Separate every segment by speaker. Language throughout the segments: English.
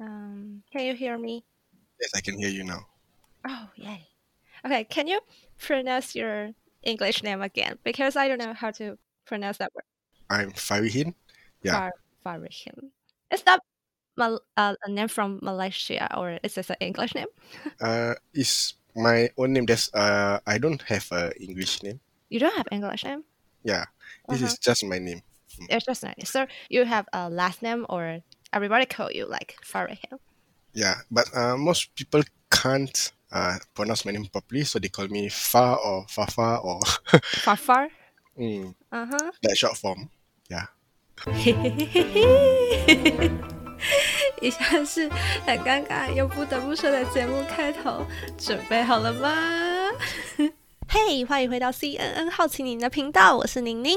Speaker 1: Um, can you hear me?
Speaker 2: Yes, I can hear you now.
Speaker 1: Oh, yay. Okay, can you pronounce your English name again? Because I don't know how to pronounce that word.
Speaker 2: I'm Farihin. Yeah.
Speaker 1: Far- Farihin. Is that Mal- uh, a name from Malaysia or is this an English name?
Speaker 2: Uh, it's my own name. That's uh, I don't have a English name.
Speaker 1: You don't have English name.
Speaker 2: Yeah, this
Speaker 1: Uh-huh.
Speaker 2: is just my name.
Speaker 1: It's just nice. So you have a last name or everybody call you like Farihin.
Speaker 2: Yeah, but uh, most people can't uh, pronounce my name properly, so they call me Fa or Fafa or
Speaker 1: Farfar.
Speaker 2: mm,
Speaker 1: Uh huh.
Speaker 2: that short form.
Speaker 1: 嘿嘿嘿嘿嘿， 以上是很尴尬又不得不说的节目开头，准备好了吗？嘿欢迎回到 CNN 好奇您的频道，我是宁宁。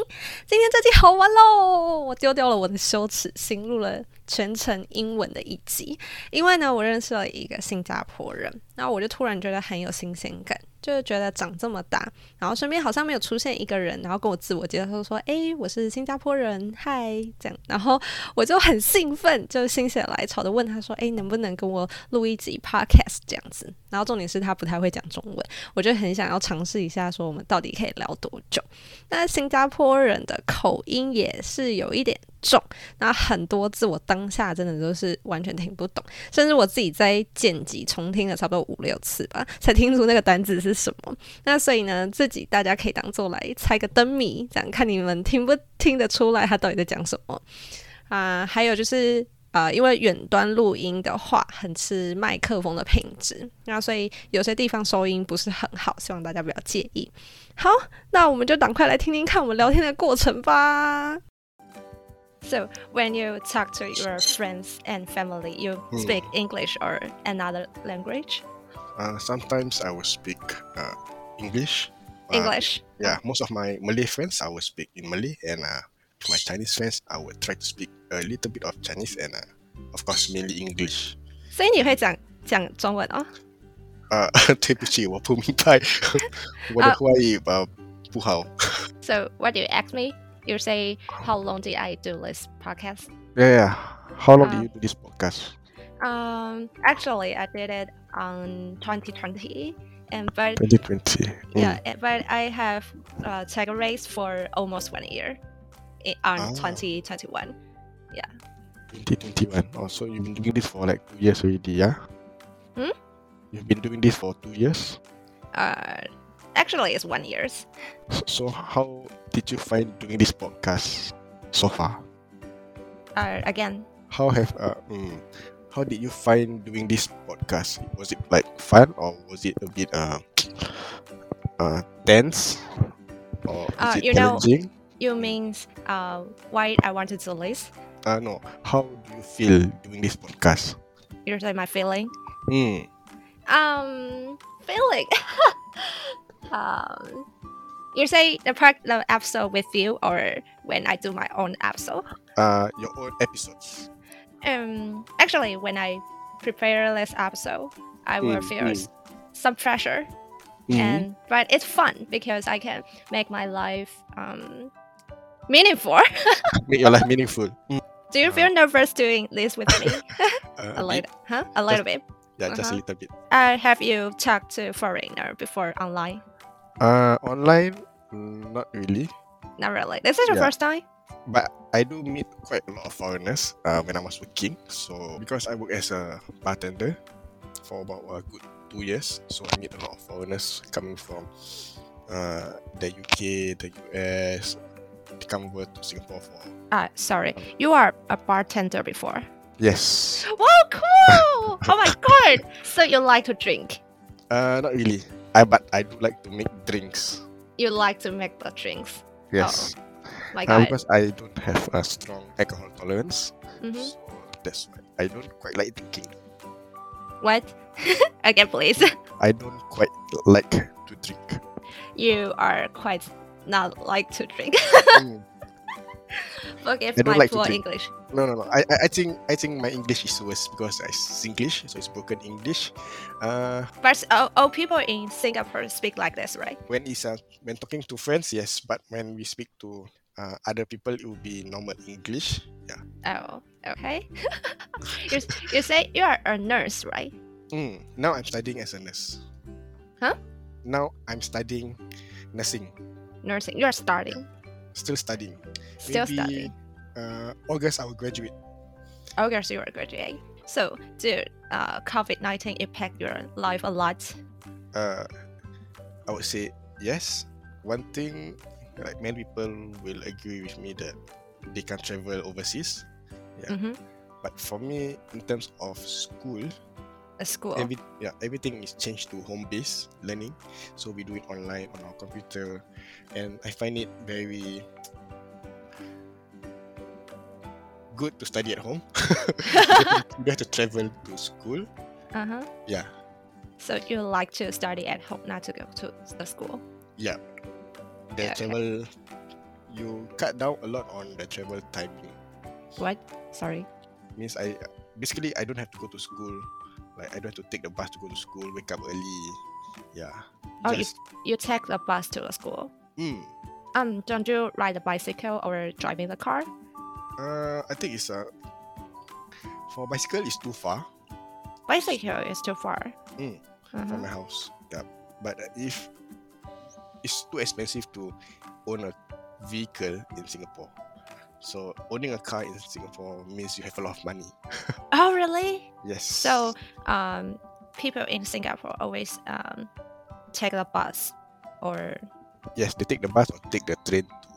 Speaker 1: 今天这集好玩喽！我丢掉了我的羞耻心，录了全程英文的一集。因为呢，我认识了一个新加坡人，然后我就突然觉得很有新鲜感，就是觉得长这么大，然后身边好像没有出现一个人，然后跟我自我介绍说：“诶，我是新加坡人，嗨，这样。”然后我就很兴奋，就心血来潮的问他说：“诶，能不能跟我录一集 podcast 这样子？”然后重点是他不太会讲中文，我就很想要尝试一下，说我们到底可以聊多久。那新加坡人的口音也是有一点重，那很多字我当下真的都是完全听不懂，甚至我自己在剪辑重听了差不多五六次吧，才听出那个单字是什么。那所以呢，自己大家可以当做来猜个灯谜，这样看你们听不听得出来他到底在讲什么啊、还有就是。啊，因为远端录音的话，很吃麦克风的品质，那所以有些地方收音不是很好，希望大家不要介意。好，那我们就赶快来听听看我们聊天的过程吧。So when you talk to your friends and family, you
Speaker 2: Hmm.
Speaker 1: speak English or another language?
Speaker 2: Uh, sometimes I will speak uh, English. Uh,
Speaker 1: English.
Speaker 2: yeah, most of my Malay friends I will speak in Malay, and uh, to my Chinese friends I will try to speak a little bit of Chinese and uh, of course mainly English.
Speaker 1: 所以你会讲讲中文哦。
Speaker 2: 呃， 对不起，我不明 白， 我的
Speaker 1: 啊
Speaker 2: 外语呃不好。
Speaker 1: So what do you ask me? You say how long did I do this podcast?
Speaker 2: Yeah, yeah. How long
Speaker 1: Ah.
Speaker 2: do you do this podcast?
Speaker 1: Um, actually, I did it on 2020, and but
Speaker 2: 2020.
Speaker 1: yeah, and- but I have uh, tag race for almost one year i- on
Speaker 2: Ah.
Speaker 1: 2021.
Speaker 2: 2021. Oh, so you've been doing this for like two years already, yeah?
Speaker 1: Hmm?
Speaker 2: You've been doing this for two years.
Speaker 1: Uh, actually, it's one years.
Speaker 2: So, so how did you find doing this podcast so far?
Speaker 1: Uh, again,
Speaker 2: How have uh, mm, how did you find doing this podcast? Was it like fun or was it a bit uh, uh tense or is
Speaker 1: Uh,
Speaker 2: it
Speaker 1: you know-
Speaker 2: challenging?
Speaker 1: you means uh, why I want to do this?
Speaker 2: Uh, no. How do you feel doing this podcast?
Speaker 1: You say my feeling.
Speaker 2: Hmm.
Speaker 1: um feeling um you say the part the episode with you or when i do my own episode
Speaker 2: Uh, your own episodes.
Speaker 1: um actually when i prepare this episode i will
Speaker 2: Mm,
Speaker 1: feel
Speaker 2: mm.
Speaker 1: s- some pressure
Speaker 2: Hmm.
Speaker 1: and but it's fun because i can make my life um meaningful
Speaker 2: Make your life meaningful. Mm.
Speaker 1: do you feel nervous doing this with me
Speaker 2: Uh,
Speaker 1: a
Speaker 2: bit.
Speaker 1: little huh a little bit
Speaker 2: Yeah, just
Speaker 1: uh-huh.
Speaker 2: a little bit.
Speaker 1: uh, have you talked to foreigner before online
Speaker 2: Uh, online, mm, not really.
Speaker 1: not really this is your
Speaker 2: Yeah.
Speaker 1: first time
Speaker 2: But I do meet quite a lot of foreigners uh, when I was working. So because I work as a bartender for about a good two years, so I meet a lot of foreigners coming from uh, the UK, the US. They come over to Singapore for
Speaker 1: Uh, sorry, you are a bartender before.
Speaker 2: yes.
Speaker 1: Wow, cool! oh my god! So you like to drink?
Speaker 2: Uh, not really. I but I do like to make drinks.
Speaker 1: You like to make the drinks?
Speaker 2: Yes.
Speaker 1: My god.
Speaker 2: Uh, because I don't have a strong alcohol tolerance,
Speaker 1: Mhm.
Speaker 2: so that's why I don't quite like drinking.
Speaker 1: What? Again, please.
Speaker 2: I don't quite like to drink.
Speaker 1: You are quite not like to drink.
Speaker 2: Mm.
Speaker 1: Forgive
Speaker 2: I don't
Speaker 1: my
Speaker 2: like to
Speaker 1: poor
Speaker 2: drink.
Speaker 1: English.
Speaker 2: No, no, no. I, I, I think I think my English is worse because I English, so it's broken English. Uh,
Speaker 1: But all, all people in Singapore speak like this, right?
Speaker 2: when it's uh, when talking to friends, yes, but when we speak to uh, other people, it will be normal English. Yeah.
Speaker 1: Oh, okay. you you say you are a nurse, right?
Speaker 2: Mm, now I'm studying as a nurse.
Speaker 1: Huh?
Speaker 2: Now I'm studying nursing.
Speaker 1: Nursing. You are starting.
Speaker 2: Still studying.
Speaker 1: Still
Speaker 2: Maybe,
Speaker 1: studying.
Speaker 2: Uh, August I will graduate.
Speaker 1: I guess you are graduating. So did uh, COVID nineteen impact your life a lot?
Speaker 2: Uh, I would say yes. One thing, like many people will agree with me that they can't travel overseas. Yeah.
Speaker 1: Mm-hmm.
Speaker 2: But for me, in terms of school,
Speaker 1: At school.
Speaker 2: every yeah everything is changed to home based learning so we do it online on our computer and i find it very good to study at home you have to travel to school
Speaker 1: uh huh.
Speaker 2: yeah
Speaker 1: So you like to study at home, not to go to the school. Yeah,
Speaker 2: the
Speaker 1: okay.
Speaker 2: travel you cut down a lot on the travel timing
Speaker 1: What? Sorry.
Speaker 2: means i basically i don't have to go to school like i don't have to take the bus to go to school wake up early yeah
Speaker 1: Oh,
Speaker 2: just
Speaker 1: You take the bus to the school.
Speaker 2: mm,
Speaker 1: Um, don't you ride the bicycle or driving the car?
Speaker 2: Uh, I think it's uh, for bicycle it's too far
Speaker 1: Bicycle is too far.
Speaker 2: Mm. from
Speaker 1: Uh-huh.
Speaker 2: my house. Yeah, but uh, if it's too expensive to own a vehicle in Singapore, so owning a car in Singapore means you have a lot of money.
Speaker 1: Oh, really?
Speaker 2: Yes.
Speaker 1: So, um, people in Singapore always um, take the bus or
Speaker 2: yes, they take the bus or take the train to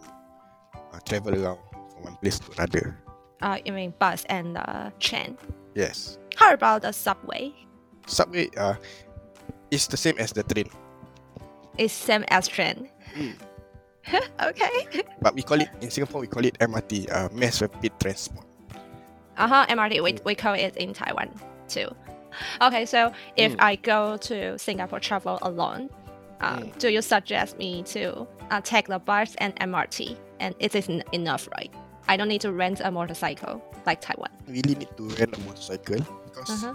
Speaker 2: uh, travel around from one place to another.
Speaker 1: uh, you mean bus and uh, train.
Speaker 2: Yes,
Speaker 1: How about the subway?
Speaker 2: subway. Uh, it's the same as the train,
Speaker 1: It's same as train.
Speaker 2: Mm.
Speaker 1: okay.
Speaker 2: but we call it in Singapore we call it MRT, uh, mass rapid transport.
Speaker 1: Uh huh. MRT. We, we call it in Taiwan too. Okay. So if
Speaker 2: Mm.
Speaker 1: I go to Singapore travel alone, um,
Speaker 2: Mm.
Speaker 1: do you suggest me to uh, take the bus and MRT? And it is en- enough, right? I don't need to rent a motorcycle like Taiwan.
Speaker 2: Really need to rent a motorcycle because.
Speaker 1: Uh-huh.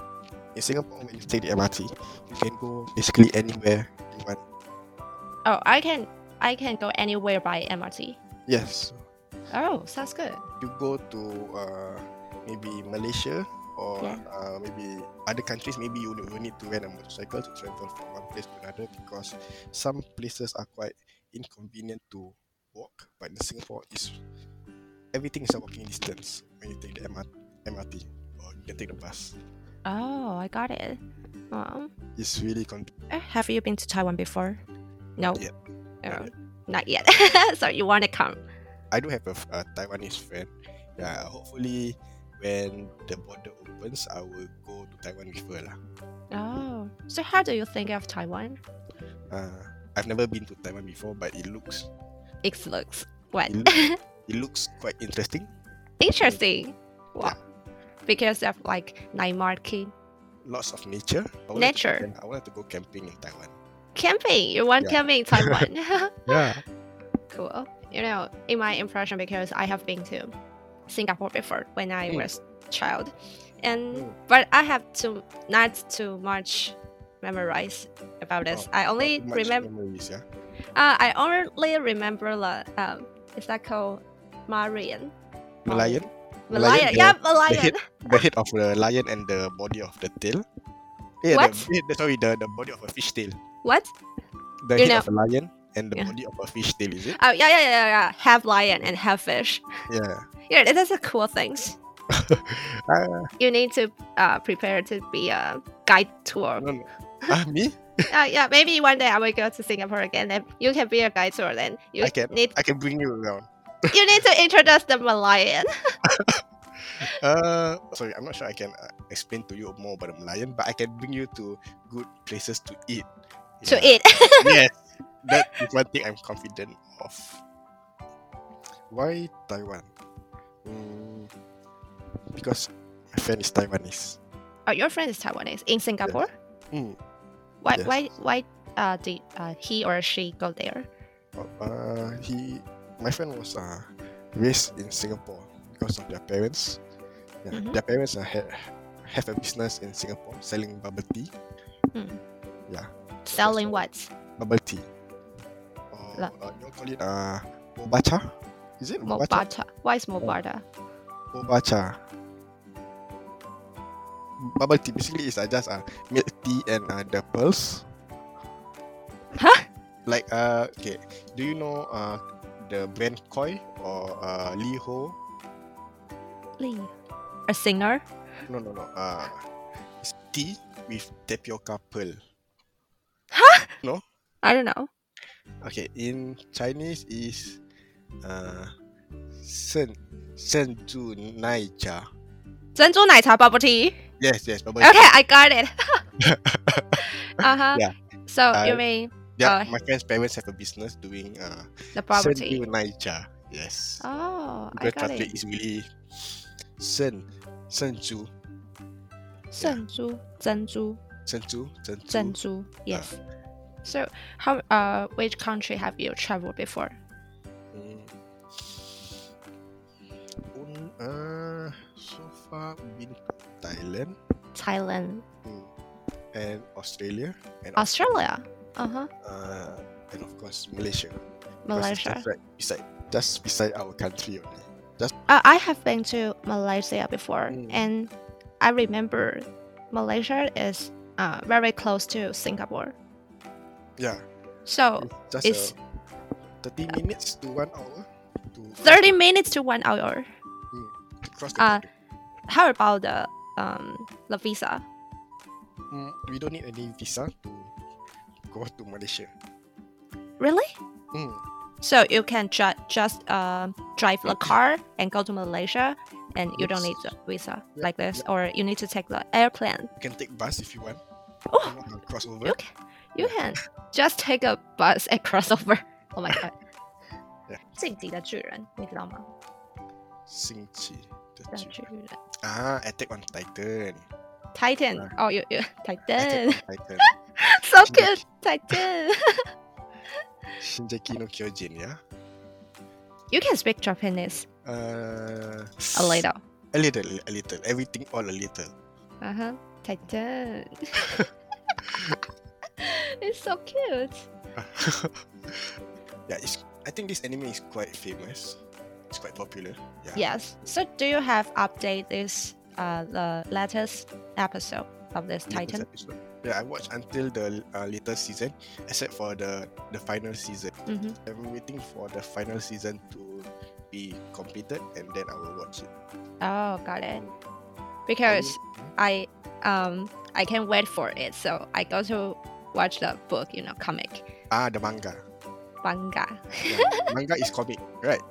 Speaker 2: in Singapore, when you take the MRT, you can go basically anywhere you want.
Speaker 1: Oh, I can I can go anywhere by MRT.
Speaker 2: Yes,
Speaker 1: Oh, sounds good.
Speaker 2: you go to uh, maybe Malaysia or
Speaker 1: Yeah.
Speaker 2: uh, maybe other countries. Maybe you will need to rent a motorcycle to travel from one place to another because some places are quite inconvenient to walk. But in Singapore, is everything is a walking distance when you take the MR- MRT or you can take the bus.
Speaker 1: Oh, I got it. Um,
Speaker 2: It's really convenient.
Speaker 1: eh, have you been to Taiwan before? No.
Speaker 2: Not yet.
Speaker 1: Oh, not yet. so you want to come?
Speaker 2: I do have a, f- a Taiwanese friend. Yeah, hopefully when the border opens, I will go to Taiwan with her lah.
Speaker 1: Oh, so how do you think of Taiwan?
Speaker 2: Uh, I've never been to Taiwan before, but it looks
Speaker 1: It looks what
Speaker 2: it, it looks quite interesting.
Speaker 1: interesting. Wow. Because of like night market
Speaker 2: Lots of nature. I would
Speaker 1: Nature.
Speaker 2: Like to, go camp- I would like to go camping in Taiwan.
Speaker 1: camping. You want
Speaker 2: Yeah.
Speaker 1: camping in Taiwan?
Speaker 2: Yeah.
Speaker 1: cool. You know, in my impression, because I have been to Singapore before when I
Speaker 2: Mm.
Speaker 1: was child, and
Speaker 2: Mm.
Speaker 1: but I have to not too much memorize about this.
Speaker 2: Oh,
Speaker 1: I only remember.
Speaker 2: memories. Yeah.
Speaker 1: Uh, I only remember the um, is that called Marian? Oh,
Speaker 2: Malayan.
Speaker 1: Malayan,
Speaker 2: Malayan,
Speaker 1: yeah,
Speaker 2: The
Speaker 1: Malayan.
Speaker 2: head, the head of the lion and the body of the tail. Yeah,
Speaker 1: What?
Speaker 2: The, eh, sorry, the, the body of a fish tail.
Speaker 1: What?
Speaker 2: The
Speaker 1: You
Speaker 2: head
Speaker 1: know-
Speaker 2: of a lion and the
Speaker 1: Yeah.
Speaker 2: body of a fish tail, is it?
Speaker 1: Oh yeah, yeah, yeah, yeah, yeah. Half lion and half fish.
Speaker 2: Yeah.
Speaker 1: Yeah, it is a cool things.
Speaker 2: Uh,
Speaker 1: You need to uh, prepare to be a guide tour.
Speaker 2: no, no. Ah, me?
Speaker 1: Uh, yeah, maybe one day I will go to Singapore again, and you can be a guide tour. Then you
Speaker 2: I can.
Speaker 1: need
Speaker 2: I can bring you around.
Speaker 1: you need to introduce the Malayan.
Speaker 2: Uh, sorry, I'm not sure I can uh, explain to you more about the Malayan, but I can bring you to good places to eat.
Speaker 1: to it.
Speaker 2: yes, that is one thing I'm confident of. Why Taiwan? Mm, because my friend is Taiwanese.
Speaker 1: oh, your friend is Taiwanese in Singapore.
Speaker 2: Mm.
Speaker 1: Why
Speaker 2: Yes.
Speaker 1: why why uh did uh, he or she go there?
Speaker 2: Uh, he, my friend was uh, raised in Singapore because of their parents. Yeah,
Speaker 1: Mhm.
Speaker 2: Their parents uh, had, have a business in Singapore selling bubble tea.
Speaker 1: Selling
Speaker 2: right.
Speaker 1: what?
Speaker 2: bubble tea. Or
Speaker 1: La-
Speaker 2: uh, you all call it uh, mobacha? Is it mobacha?
Speaker 1: Mobata. Why is Mobata?
Speaker 2: Mobacha. bubble tea basically is uh, just uh, milk tea and uh, the pearls.
Speaker 1: Huh?
Speaker 2: Like uh okay, do you know uh the band Koi or uh Lee Ho?
Speaker 1: Lee. A singer?
Speaker 2: No no no uh it's tea with tapioca pearl.
Speaker 1: I don't know.
Speaker 2: Okay, in Chinese is uh Sen Senju Nai Cha.
Speaker 1: 珍珠奶茶 bubble tea.
Speaker 2: Yes, yes, bubble
Speaker 1: Okay,
Speaker 2: tea.
Speaker 1: I got it. uh huh.
Speaker 2: Yeah.
Speaker 1: So you
Speaker 2: Uh,
Speaker 1: mean uh,
Speaker 2: Yeah, my friend's parents have a business doing uh
Speaker 1: the bubble tea?
Speaker 2: Senju Nai Cha. Yes.
Speaker 1: Oh, I
Speaker 2: Google
Speaker 1: got
Speaker 2: Translate
Speaker 1: it.
Speaker 2: is really Sen Senju
Speaker 1: 珍珠，珍珠，
Speaker 2: Senju Senju.
Speaker 1: 珍珠。Yes.
Speaker 2: Uh.
Speaker 1: So how uh which country have you traveled before?
Speaker 2: Mm. Un- uh, so far been Thailand
Speaker 1: Thailand,
Speaker 2: mm, and Australia and of-
Speaker 1: Australia. Uh huh.
Speaker 2: uh, and of course Malaysia. Because it's
Speaker 1: Malaysia.
Speaker 2: Just right beside, just beside our country only.
Speaker 1: Uh, I have been to Malaysia before,
Speaker 2: Mm.
Speaker 1: and I remember Malaysia is uh, very close to Singapore.
Speaker 2: Yeah,
Speaker 1: So
Speaker 2: it's just
Speaker 1: Oh, it's-
Speaker 2: uh, thirty minutes to one hour. To cross
Speaker 1: 30 minutes to one hour.
Speaker 2: the- cross the
Speaker 1: Uh,
Speaker 2: border.
Speaker 1: how about the um the visa?
Speaker 2: Mm, we don't need any visa to go to Malaysia.
Speaker 1: Really?
Speaker 2: Mm,
Speaker 1: So you can ju- just uh, drive the car and go to Malaysia, and you don't need
Speaker 2: Yes.
Speaker 1: the visa
Speaker 2: Yeah,
Speaker 1: like this, or you need to take the airplane.
Speaker 2: you can take bus if you want.
Speaker 1: Oh,
Speaker 2: Uh, cross over.
Speaker 1: you can, you can just take a bus and cross over. Oh my god.
Speaker 2: Yeah.
Speaker 1: 晋级的巨人，你知道吗？的巨人。
Speaker 2: Sing Chi. the Chi- Ah, Attack on Titan.
Speaker 1: Titan. Oh, you, you Titan.
Speaker 2: Attack on Titan.
Speaker 1: so cute, Titan.
Speaker 2: Shinjaki no Kyojin, yeah?
Speaker 1: you can speak Japanese
Speaker 2: Uh,
Speaker 1: a little.
Speaker 2: A little, a little. Everything all a little.
Speaker 1: Uh huh. Titan. it's so cute.
Speaker 2: yeah, it's, I think this anime is quite famous. It's quite popular.
Speaker 1: Yes. So, do you have update this uh the latest episode of this
Speaker 2: Latest
Speaker 1: Titan?
Speaker 2: episode. Yeah, I watched until the uh, latest season, except for the the final season.
Speaker 1: Mm-hmm.
Speaker 2: I'm waiting for the final season to be completed, and then I will watch it.
Speaker 1: Oh, got it. Because I um I can't wait for it, so I go to watch the book, you know, comic
Speaker 2: Ah, the manga.
Speaker 1: manga.
Speaker 2: Yeah. manga is comic, right?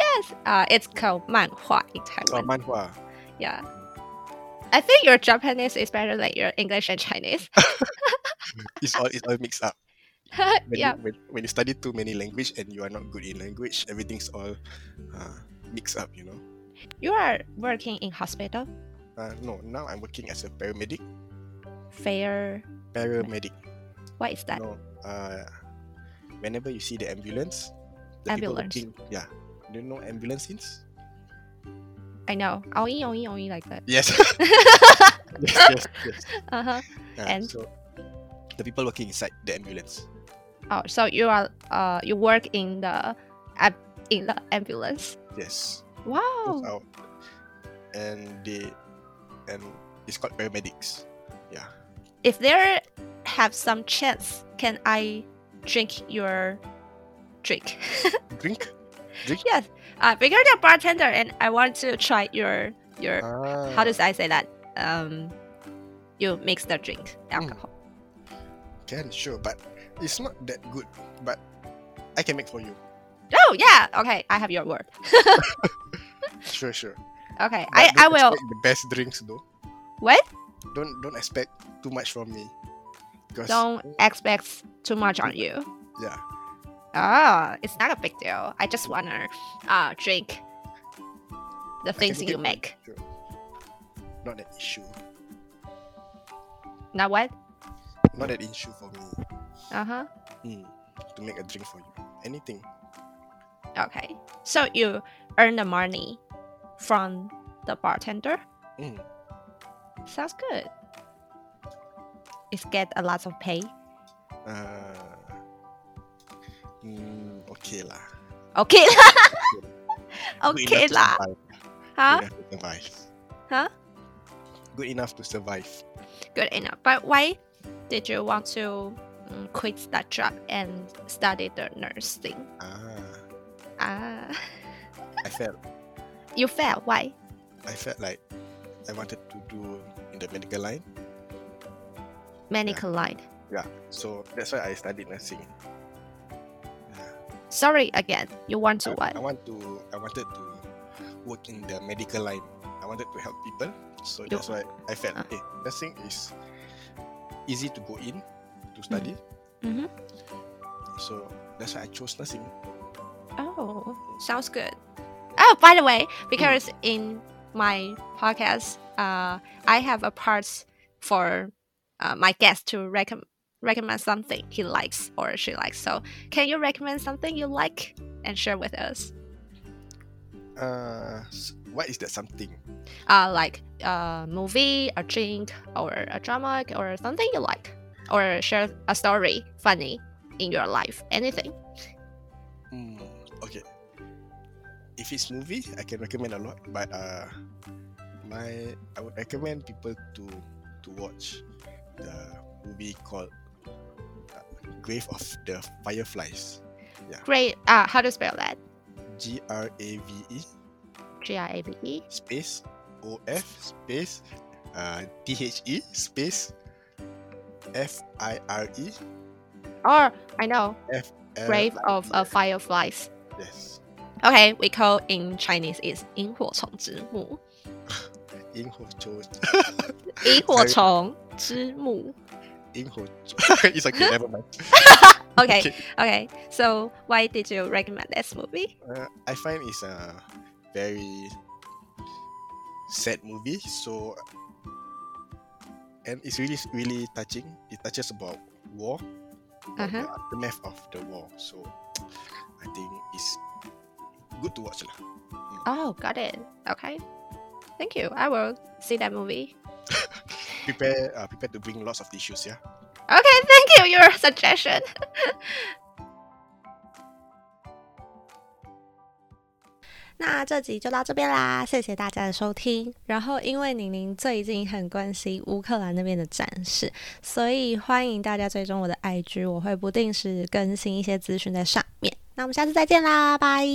Speaker 1: Yes. Uh, it's called manhua in
Speaker 2: Oh,
Speaker 1: Taiwan.
Speaker 2: manhwa.
Speaker 1: yeah. I think your Japanese is better than your English and Chinese.
Speaker 2: It's all it's all mixed up. When,
Speaker 1: yeah.
Speaker 2: you, when, when you study too many language and you are not good in language, everything's all uh, mixed up, you know.
Speaker 1: You are working in hospital,
Speaker 2: Uh, no, now I'm working as a paramedic.
Speaker 1: fair.
Speaker 2: Paramedic.
Speaker 1: What is that?
Speaker 2: No, uh, whenever you see the ambulance, the people
Speaker 1: Ambulance.
Speaker 2: working- yeah, do you know ambulances?
Speaker 1: I know. Oing, oing, oing, like that.
Speaker 2: Yes. yes, yes, yes.
Speaker 1: Uh huh.
Speaker 2: Yeah,
Speaker 1: And-
Speaker 2: so the people working inside the ambulance.
Speaker 1: Oh, so you are uh you work in the ab- in the ambulance.
Speaker 2: Yes. those
Speaker 1: Wow.
Speaker 2: are- And they and it's called paramedics. Yeah.
Speaker 1: If there have some chance, can I drink your drink?
Speaker 2: Drink.
Speaker 1: yes. Uh, because you're a bartender and I want to try your your
Speaker 2: Ah.
Speaker 1: how does I say that? Um, you mix the drink
Speaker 2: Hmm.
Speaker 1: alcohol.
Speaker 2: Can sure, but it's not that good. But I can make for you.
Speaker 1: Oh yeah. Okay, I have your word.
Speaker 2: Sure, sure.
Speaker 1: Okay,
Speaker 2: But
Speaker 1: I
Speaker 2: don't
Speaker 1: I will.
Speaker 2: expect the best drinks though.
Speaker 1: What?
Speaker 2: Don't don't expect too much from me. Because
Speaker 1: Don't expect too much on you.
Speaker 2: yeah.
Speaker 1: Oh, it's not a big deal. I just wanna uh drink the things
Speaker 2: make
Speaker 1: you
Speaker 2: it-
Speaker 1: make.
Speaker 2: Sure. Not an issue.
Speaker 1: Now what?
Speaker 2: Not an issue for me.
Speaker 1: Uh huh.
Speaker 2: Hmm. To make a drink for you. Anything.
Speaker 1: Okay. So you earn the money from the bartender.
Speaker 2: Mm.
Speaker 1: Sounds good. It's get a lot of pay.
Speaker 2: Uh, mm, okay lah.
Speaker 1: Okay lah.
Speaker 2: Good enough
Speaker 1: okay
Speaker 2: to
Speaker 1: lah.
Speaker 2: survive.
Speaker 1: Huh?
Speaker 2: Good enough to survive.
Speaker 1: Huh?
Speaker 2: good enough to survive.
Speaker 1: Good enough. But why did you want to mm, quit that job and study the nursing?
Speaker 2: Ah,
Speaker 1: Ah,
Speaker 2: I felt
Speaker 1: you failed. Why?
Speaker 2: I felt like I wanted to do in the medical line.
Speaker 1: Medical line.
Speaker 2: Yeah, so that's why I studied nursing. Yeah.
Speaker 1: Sorry again. You want to
Speaker 2: I-
Speaker 1: what?
Speaker 2: I want to. I wanted to work in the medical line. I wanted to help people, so
Speaker 1: You-
Speaker 2: that's why I felt,
Speaker 1: Ah.
Speaker 2: hey, nursing is easy to go in to study.
Speaker 1: Mhm. Mm-hmm.
Speaker 2: So that's why I chose nursing.
Speaker 1: Oh, sounds good. Oh, by the way, because in my podcast, uh, I have a part for uh, my guest to recommend recommend something he likes or she likes. So, can you recommend something you like and share with us?
Speaker 2: Uh, s- what is that something?
Speaker 1: Uh, like a movie, a drink, or a drama, or something you like, or share a story funny in your life, anything.
Speaker 2: Hmm, okay. If it's movie, I can recommend a lot, but uh, my I would recommend people to to watch the movie called uh, Grave of the Fireflies.
Speaker 1: Great. Uh, how to spell that?
Speaker 2: G R A V E
Speaker 1: G I A B E.
Speaker 2: space O F space uh, T H E space F I R E
Speaker 1: Or I know.
Speaker 2: L-
Speaker 1: Grave of a Fireflies.
Speaker 2: yes
Speaker 1: Okay, we call in Chinese is 萤火虫之墓.
Speaker 2: 萤火虫
Speaker 1: 萤火虫之墓.
Speaker 2: 萤火虫 it's okay never mind
Speaker 1: Okay, okay. So why did you recommend this movie?
Speaker 2: Uh, I find it's a very sad movie. So, and it's really really touching. It touches about war, about
Speaker 1: Uh-huh.
Speaker 2: the aftermath of the war. So, I think it's good to watch lah.
Speaker 1: Oh, got it. Okay. Thank you. I will see that movie.
Speaker 2: Prepare uh, prepare to bring lots of tissues. Yeah.
Speaker 1: Okay, thank you your suggestion.那这集就到这边啦，谢谢大家的收听。然后，因为宁宁最近很关心乌克兰那边的战事，所以欢迎大家追踪我的 IG，我会不定时更新一些资讯在上面。那我们下次再见啦，拜。